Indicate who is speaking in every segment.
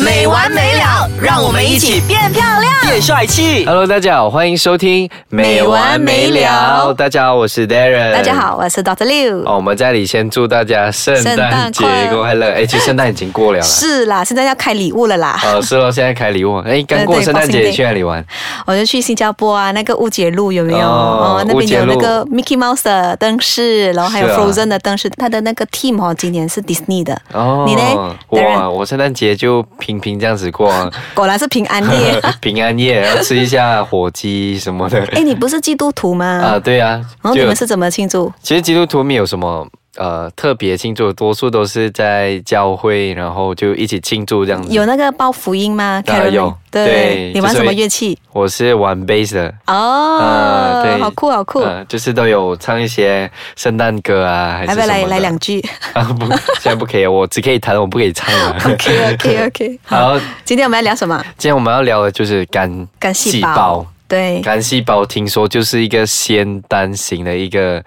Speaker 1: 没完没了，让我们一起变漂亮。
Speaker 2: 变帅气。
Speaker 3: Hello，大家好，欢迎收听《
Speaker 1: 没完没了
Speaker 3: 大家好，我是 Darren。
Speaker 1: 大家。好，我是 Doctor Liu。
Speaker 3: 哦，我们在里先祝大家圣
Speaker 1: 圣
Speaker 3: 诞
Speaker 1: 诞
Speaker 3: 节
Speaker 1: 快乐
Speaker 3: 快乐。哎，其实圣诞已经过了啦。
Speaker 1: 是啦，现在要开礼物了啦，
Speaker 3: 哦，是咯，现在开礼物。哎，刚
Speaker 1: 对
Speaker 3: 过
Speaker 1: 对
Speaker 3: 圣诞节，
Speaker 1: Boxing Day
Speaker 3: 你去哪里玩？
Speaker 1: 我就去新加坡啊，那个乌节路有没有？
Speaker 3: 哦
Speaker 1: 哦，那边有那
Speaker 3: 乌节
Speaker 1: 个 Mickey Mouse 的灯饰，然后还有
Speaker 3: 是啊
Speaker 1: Frozen 的灯饰，它的那个 team 哦，今年是 Disney 的。
Speaker 3: 哦，
Speaker 1: 你呢
Speaker 3: 哇，
Speaker 1: ？Darren
Speaker 3: 我圣诞节就平平这样子过 啊，
Speaker 1: 果然是平安 夜。
Speaker 3: 平安夜，然后吃一下火鸡什么的。
Speaker 1: 哎，你不是基督徒吗？
Speaker 3: 啊，对啊，
Speaker 1: 然后
Speaker 3: 就
Speaker 1: 嗯哦你们是怎么庆祝？
Speaker 3: 其实基督徒没有什么呃特别庆祝，多数都是在教会，然后就一起庆祝这样子。
Speaker 1: 有那个报福音吗？
Speaker 3: 啊
Speaker 1: Carolyn？
Speaker 3: 有对
Speaker 1: 对，你玩
Speaker 3: 就是
Speaker 1: 什么
Speaker 3: 会
Speaker 1: 乐器？
Speaker 3: 我是玩 bass 的。啊
Speaker 1: 哦
Speaker 3: 对，
Speaker 1: 好酷，好酷。
Speaker 3: 呃就是都有唱一些圣诞歌啊，还
Speaker 1: 来
Speaker 3: 是什
Speaker 1: 不要
Speaker 3: 么
Speaker 1: 来
Speaker 3: 的
Speaker 1: 来两句
Speaker 3: 啊？不，现在不可以，我只可以弹，我不可以唱 啊。
Speaker 1: ？OK OK OK。好，
Speaker 3: 好，
Speaker 1: 今天我们来聊什么？
Speaker 3: 今天我们要聊的就是肝
Speaker 1: 干细胞。对，
Speaker 3: 肝细胞听说就是一个仙丹型的一个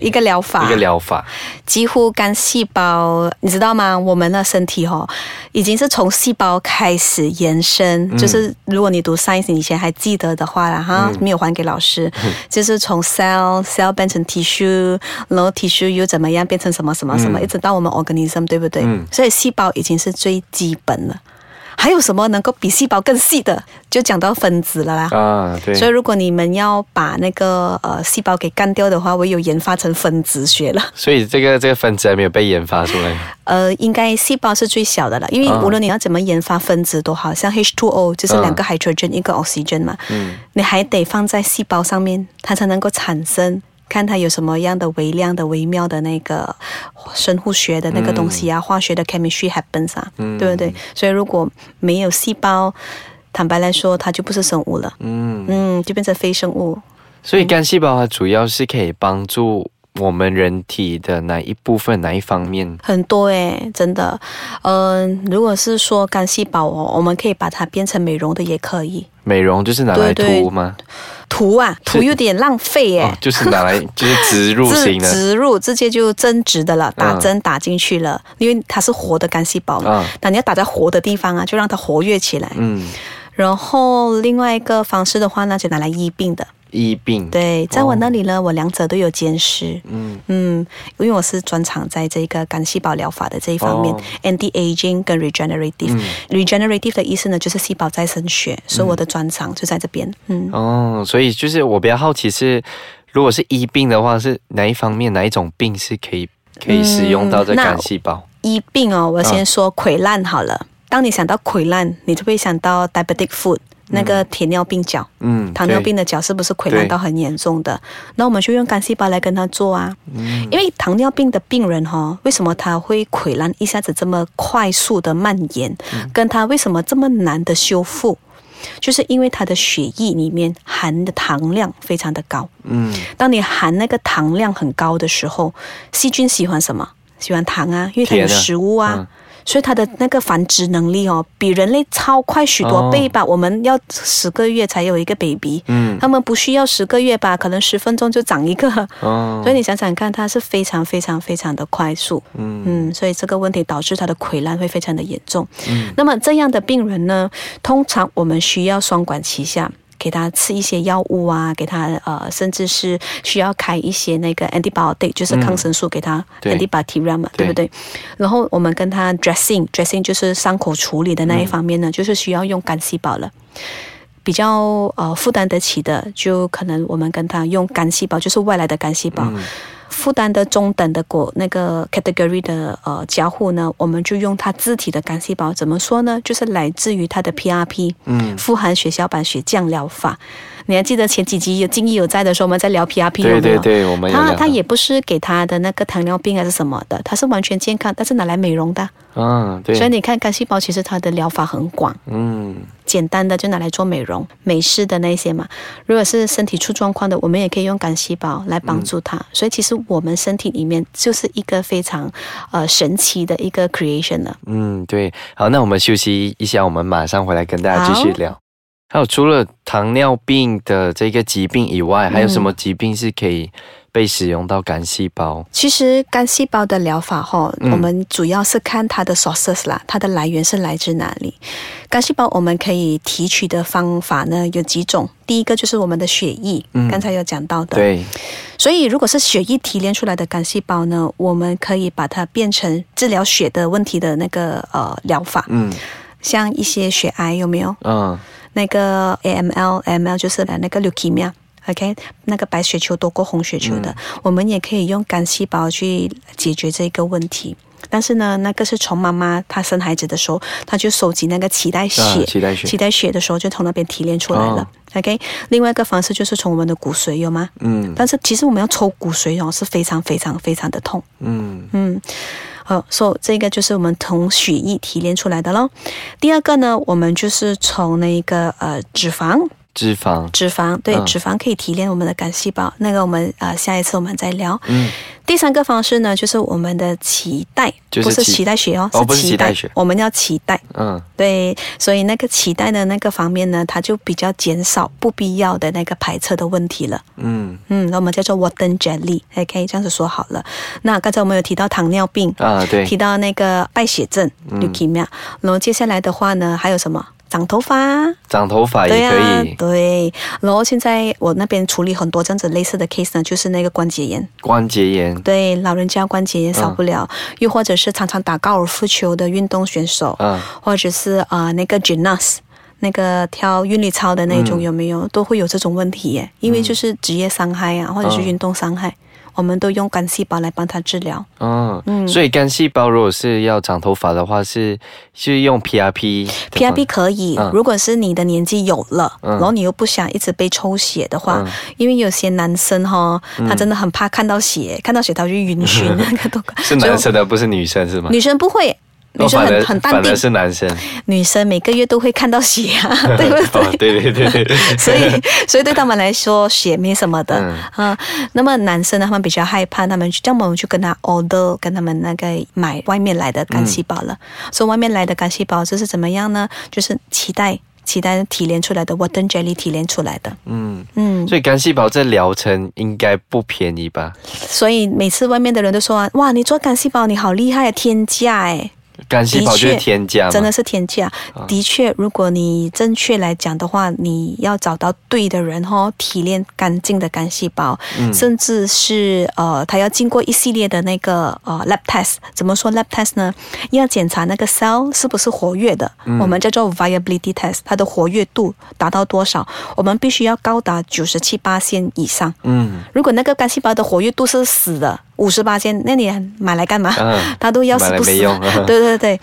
Speaker 1: 一个疗法，
Speaker 3: 一个疗法，
Speaker 1: 几乎干细胞，你知道吗？我们的身体哦，已经是从细胞开始延伸，
Speaker 3: 嗯
Speaker 1: 就是如果你读 science 以前还记得的话啦，哈，没有还给老师，
Speaker 3: 嗯
Speaker 1: 就是从 cell cell 变成 tissue，然后 tissue 又怎么样变成什么什么
Speaker 3: 嗯
Speaker 1: 什么，一直到我们 organism，对不对？所以细胞已经是最基本了。还有什么能够比细胞更细的？就讲到分子了啦。
Speaker 3: 啊，对，
Speaker 1: 所以，如果你们要把那个呃细胞给干掉的话，我有研发成分子学了。
Speaker 3: 所以这个这个分子还没有被研发出来。
Speaker 1: 呃，应该细胞是最小的了，因为
Speaker 3: 啊
Speaker 1: 无论你要怎么研发分子都好，像 H2O 就是
Speaker 3: 嗯
Speaker 1: 两个 hydrogen 一个 oxygen 嘛，你还得放在细胞上面，它才能够产生。看它有什么样的微量的、微妙的那个生物学的那个东西啊，化学的 chemistry happens 啊，对不对？所以如果没有细胞，坦白来说，它就不是生物了，嗯就变成非生物。
Speaker 3: 所以肝细胞它主要是可以帮助我们人体的哪一部分哪一方面？
Speaker 1: 很多诶、真的，嗯、如果是说干细胞哦，我们可以把它变成美容的也可以。
Speaker 3: 美容就是拿来
Speaker 1: 对对
Speaker 3: 涂吗？
Speaker 1: 涂啊，涂有点浪费耶、
Speaker 3: 哦，就是拿 来就是植入
Speaker 1: 植
Speaker 3: 型的。
Speaker 1: 植入直接就针植的了，打
Speaker 3: 嗯
Speaker 1: 针打进去了，因为它是活的干细胞嘛
Speaker 3: 嗯，
Speaker 1: 那、你要打在活的地方啊，就让它活跃起来。
Speaker 3: 嗯，
Speaker 1: 然后另外一个方式的话呢，就拿来医病的。
Speaker 3: 医病。
Speaker 1: 对，在我那里呢，我两者都有兼施。
Speaker 3: 哦嗯
Speaker 1: 嗯，因为我是专长在这个干细胞疗法的这一方面、
Speaker 3: 哦嗯
Speaker 1: a n t i aging 跟 regenerative、regenerative 的意思呢，就是细胞再生学，所以我的专长就在这边。嗯，
Speaker 3: 哦，所以就是我比较好奇是，如果是医病的话，是哪一方面哪一种病是可以可以使用到这
Speaker 1: 嗯那
Speaker 3: 肝细胞？
Speaker 1: 医病哦，我先说溃烂好了。当你想到溃烂，你就会想到 diabetic foot。那个糖尿病脚，
Speaker 3: 嗯
Speaker 1: 糖尿病的脚是不是溃烂到很严重的？那我们就用干细胞来跟他做啊，因为糖尿病的病人哈、哦，为什么他会溃烂一下子这么快速的蔓延，跟他为什么这么难的修复，就是因为他的血液里面含的糖量非常的高。
Speaker 3: 嗯，
Speaker 1: 当你含那个糖量很高的时候，细菌喜欢什么？喜欢糖啊，因为它有
Speaker 3: 甜啊
Speaker 1: 食物啊。
Speaker 3: 嗯
Speaker 1: 所以它的那个繁殖能力哦，比人类超快许
Speaker 3: 哦
Speaker 1: 多倍吧。我们要十个月才有一个 baby，
Speaker 3: 嗯
Speaker 1: 他们不需要十个月吧，可能十分钟就长一个。
Speaker 3: 哦，
Speaker 1: 所以你想想看，它是非常非常非常的快速，嗯所以这个问题导致它的溃烂会非常的严重。
Speaker 3: 嗯
Speaker 1: 那么这样的病人呢，通常我们需要双管齐下。给他吃一些药物啊，给他呃，甚至是需要开一些那个 antibiotic，就是抗生素给他
Speaker 3: 嗯对
Speaker 1: antibacterial 嘛，
Speaker 3: 对
Speaker 1: 对不对？然后我们跟他 dressing，dressing 就是伤口处理的那一方面呢，就是需要用干细胞了。比较呃负担得起的，就可能我们跟他用干细胞，就是外来的干细胞。负担的中等的国那个 category 的呃交互呢，我们就用它自体的干细胞，怎么说呢？就是来自于它的 PRP，嗯，富含血小板血浆疗法。你还记得前几集有金毅有在的时候，我们在聊 PRP 有没
Speaker 3: 对
Speaker 1: 有？
Speaker 3: 对对，我们有
Speaker 1: 他
Speaker 3: 聊到
Speaker 1: 他也不是给他的那个糖尿病还啊是什么的，他是完全健康，但是拿来美容的。
Speaker 3: 啊，
Speaker 1: 所以
Speaker 3: 对，
Speaker 1: 你看干细胞其实它的疗法很广，
Speaker 3: 嗯，
Speaker 1: 简单的就拿来做美容、美式的那些嘛。如果是身体出状况的，我们也可以用干细胞来帮助它。所以其实我们身体里面就是一个非常呃神奇的一个 creation 啊了。
Speaker 3: 嗯，对，好，那我们休息一下，我们马上回来跟大家继续
Speaker 1: 好
Speaker 3: 聊。还有除了糖尿病的这个疾病以
Speaker 1: 嗯
Speaker 3: 外，还有什么疾病是可以被使用到干细胞？
Speaker 1: 其实干细胞的疗法哈，
Speaker 3: 嗯
Speaker 1: 我们主要是看它的 sources 啦，它的来源是来自哪里。干细胞我们可以提取的方法呢有几种，第一个就是我们的血液，刚才有讲到的。
Speaker 3: 对，
Speaker 1: 所以如果是血液提炼出来的干细胞呢，我们可以把它变成治疗血的问题的那个呃疗法，
Speaker 3: 嗯
Speaker 1: 像一些血癌有没有？
Speaker 3: 嗯
Speaker 1: 那个 AML、AML 就是那个 leukemia。OK，那个白血球多过红血球的，
Speaker 3: 嗯
Speaker 1: 我们也可以用干细胞去解决这个问题。但是呢，那个是从妈妈她生孩子的时候，她就收集那个脐带血，
Speaker 3: 啊脐带血
Speaker 1: 脐带血的时候就从那边提炼出来了。
Speaker 3: 哦
Speaker 1: OK，另外一个方式就是从我们的骨髓，有吗？
Speaker 3: 嗯
Speaker 1: 但是其实我们要抽骨髓哦，是非常非常非常的痛。
Speaker 3: 嗯
Speaker 1: 嗯，好，所、以这个就是我们从血液提炼出来的咯。第二个呢，我们就是从那个呃脂肪，
Speaker 3: 脂肪，
Speaker 1: 脂肪对、
Speaker 3: 嗯
Speaker 1: 脂肪可以提炼我们的干细胞，那个我们呃下一次我们再聊。
Speaker 3: 嗯
Speaker 1: 第三个方式呢，就是我们的脐带，
Speaker 3: 就是
Speaker 1: 不是
Speaker 3: 脐
Speaker 1: 脐带血哦，
Speaker 3: 哦不是
Speaker 1: 脐
Speaker 3: 脐带血
Speaker 1: 我们要脐带。
Speaker 3: 嗯
Speaker 1: 对，所以那个脐带的那个方面呢，它就比较减少不必要的那个排斥的问题了。
Speaker 3: 嗯
Speaker 1: 嗯，那我们叫做 water jelly，OK，、这样子说好了。那刚才我们有提到糖尿病，
Speaker 3: 啊，对嗯
Speaker 1: 提，到那个败血症 （leukemia），、然后接下来的话呢，还有什么？长头发，啊
Speaker 3: 长头发
Speaker 1: 对
Speaker 3: 啊
Speaker 1: 啊
Speaker 3: 也
Speaker 1: 呀、
Speaker 3: 可以，
Speaker 1: 对。然后现在我那边处理很多这样子类似的 case 呢，就是那个关节炎，
Speaker 3: 关节炎，
Speaker 1: 对，老人家关节炎少不了，又或者是常常打高尔夫球的运动选手，
Speaker 3: 嗯
Speaker 1: 或者是呃那个 gymnast。那个跳韵律操的那
Speaker 3: 嗯
Speaker 1: 种有没有、都会有这种问题耶？因为就是职业伤害啊，或者是
Speaker 3: 嗯
Speaker 1: 运动伤害，我们都用干细胞来帮他治疗。
Speaker 3: 嗯所以干细胞如果是要长头发的话，是是用 PRP 的
Speaker 1: PRP
Speaker 3: 方
Speaker 1: 可以，
Speaker 3: 嗯
Speaker 1: 如果是你的年纪有了，
Speaker 3: 嗯
Speaker 1: 然后你又不想一直被抽血的话，因为有些男生哈、
Speaker 3: 嗯
Speaker 1: 他真的很怕看到血，看到血他就 晕眩，那个都
Speaker 3: 是男生的，不是女生是吗？
Speaker 1: 女生不会。女
Speaker 3: 哦
Speaker 1: 生
Speaker 3: 反而
Speaker 1: 很很淡
Speaker 3: 反
Speaker 1: 定
Speaker 3: 而，是男生，
Speaker 1: 女生每个月都会看到血 啊，对不对？
Speaker 3: 哦，对对对对，
Speaker 1: 所以，所以对他们来说血没什么的，
Speaker 3: 嗯
Speaker 1: 啊。那么男生呢，他们比较害怕，他们要么我们就跟他 order，跟他们那个买外面来的干细胞
Speaker 3: 嗯
Speaker 1: 了。所以外面来的干细胞这是怎么样呢？就是脐带脐带提炼出来的 water jelly 提炼出来的，
Speaker 3: 嗯，
Speaker 1: 嗯。
Speaker 3: 所以干细胞这疗程应该不便宜吧？
Speaker 1: 所以每次外面的人都说啊，哇，你做干细胞你好厉害啊，天价哎，
Speaker 3: 干细胞就是天价嘛，
Speaker 1: 真的是啊天价。的确，如果你正确来讲的话，你要找到对的人哦，提炼干净的干细胞，甚至是呃，它要经过一系列的那个呃 lab test。怎么说 lab test 呢？要检查那个 cell 是不是活跃的，我们叫做 viability test，它的活跃度达到多少？我们必须要高达九十七八线以上。
Speaker 3: 嗯，
Speaker 1: 如果那个干细胞的活跃度是死的五十八线，那你还买来干嘛？
Speaker 3: 嗯
Speaker 1: 它都要死不死啊
Speaker 3: 买来没用
Speaker 1: 对对对。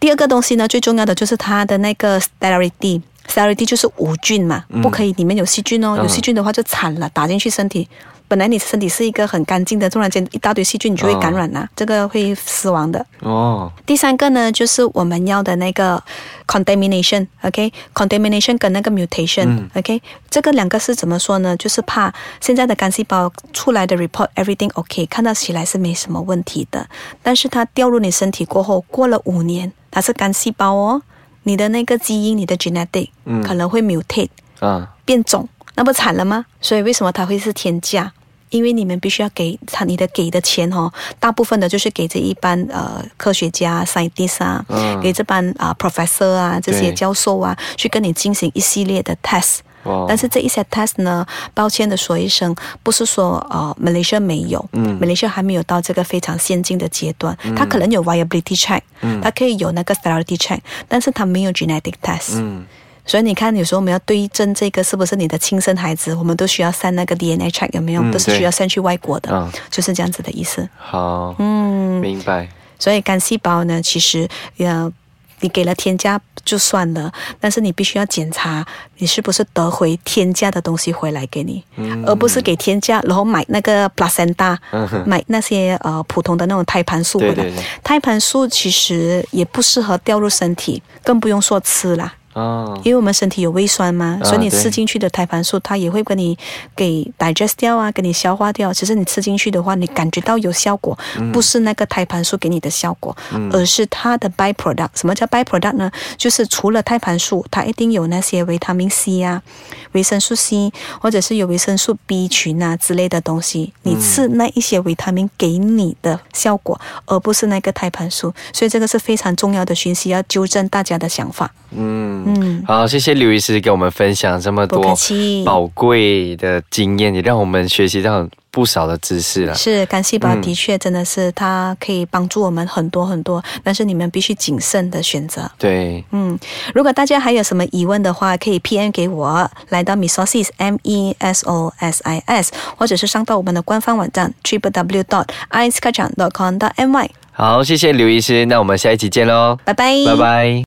Speaker 1: 第二个东西呢，最重要的就是它的那个 sterility。sterility 就是无菌嘛，
Speaker 3: 嗯
Speaker 1: 不可以里面有细菌
Speaker 3: 啊
Speaker 1: 哦，有细菌的话就惨了，打进去身体。本来你身体是一个很干净的，突然间一大堆细菌，你就会感染啦、这个会死亡的。
Speaker 3: 哦，
Speaker 1: 第三个呢，就是我们要的那个 contamination，OK，contamination、跟那个 mutation，OK，、这个两个是怎么说呢？就是怕现在的干细胞出来的 report everything OK，看到起来是没什么问题的，但是它掉入你身体过后，过了五年，它是干细胞哦，你的那个基因，你的 genetic、可能会 mutate
Speaker 3: 啊，
Speaker 1: 变种，那不惨了吗？所以为什么它会是天价？因为你们必须要给他你的给的钱哦，大部分的就是给这一班呃科学家、scientist 啊，
Speaker 3: 嗯
Speaker 1: 给这班啊、professor 啊这些
Speaker 3: 对
Speaker 1: 教授啊，去跟你进行一系列的 test。
Speaker 3: 哇
Speaker 1: 但是这一些 test 呢，抱歉的说一声，不是说呃马来西亚没有，嗯，马来西亚还没有到这个非常先进的阶段，它可能有 viability check，嗯，它可以有那个 sterility check，但是它没有 genetic test，
Speaker 3: 嗯，
Speaker 1: 所以你看，有时候我们要对证这个是不是你的亲生孩子，我们都需要 send 那个 DNA check 有没有？
Speaker 3: 嗯
Speaker 1: 都是需要 send 去外国的，
Speaker 3: 嗯
Speaker 1: 就是这样子的意思。
Speaker 3: 好，嗯，明白，
Speaker 1: 所以干细胞呢，其实呃，你给了添加就算了，但是你必须要检查你是不是得回添加的东西回来给你，
Speaker 3: 嗯
Speaker 1: 而不是给添加然后买那个 placenta，、买那些呃普通的那种胎盘素回来。
Speaker 3: 对对对
Speaker 1: 胎盘素其实也不适合掉入身体，更不用说吃啦。
Speaker 3: 哦，
Speaker 1: 因为我们身体有胃酸嘛，
Speaker 3: 啊
Speaker 1: 所以你
Speaker 3: 对
Speaker 1: 吃进去的胎盘素，它也会跟你给 digest 掉啊，跟你消化掉。其实你吃进去的话，你感觉到有效果，不是那个胎盘素给你的效果，而是它的 byproduct。什么叫 byproduct 呢？就是除了胎盘素，它一定有那些维他命 C 啊、维生素 C，或者是有维生素 B 群啊之类的东西。你吃那一些维他命给你的效果，而不是那个胎盘素。所以这个是非常重要的讯息，要纠正大家的想法。
Speaker 3: 嗯，
Speaker 1: 嗯。
Speaker 3: 好，谢谢刘医师给我们分享这么
Speaker 1: 不客
Speaker 3: 多
Speaker 1: 气
Speaker 3: 宝贵的经验，也让我们学习到不少的知识了。
Speaker 1: 是干细胞
Speaker 3: 嗯
Speaker 1: 的确真的是它可以帮助我们很多很多，但是你们必须谨慎的选择。
Speaker 3: 对，
Speaker 1: 嗯，如果大家还有什么疑问的话，可以 P M 给我，来到 Mesosis M E S O S I S，或者是上到我们的官方网站 triple w dot i c e k a c a n g dot com dot m y，
Speaker 3: 好，谢谢刘医师，那我们下一集见喽，
Speaker 1: 拜拜，
Speaker 3: 拜拜。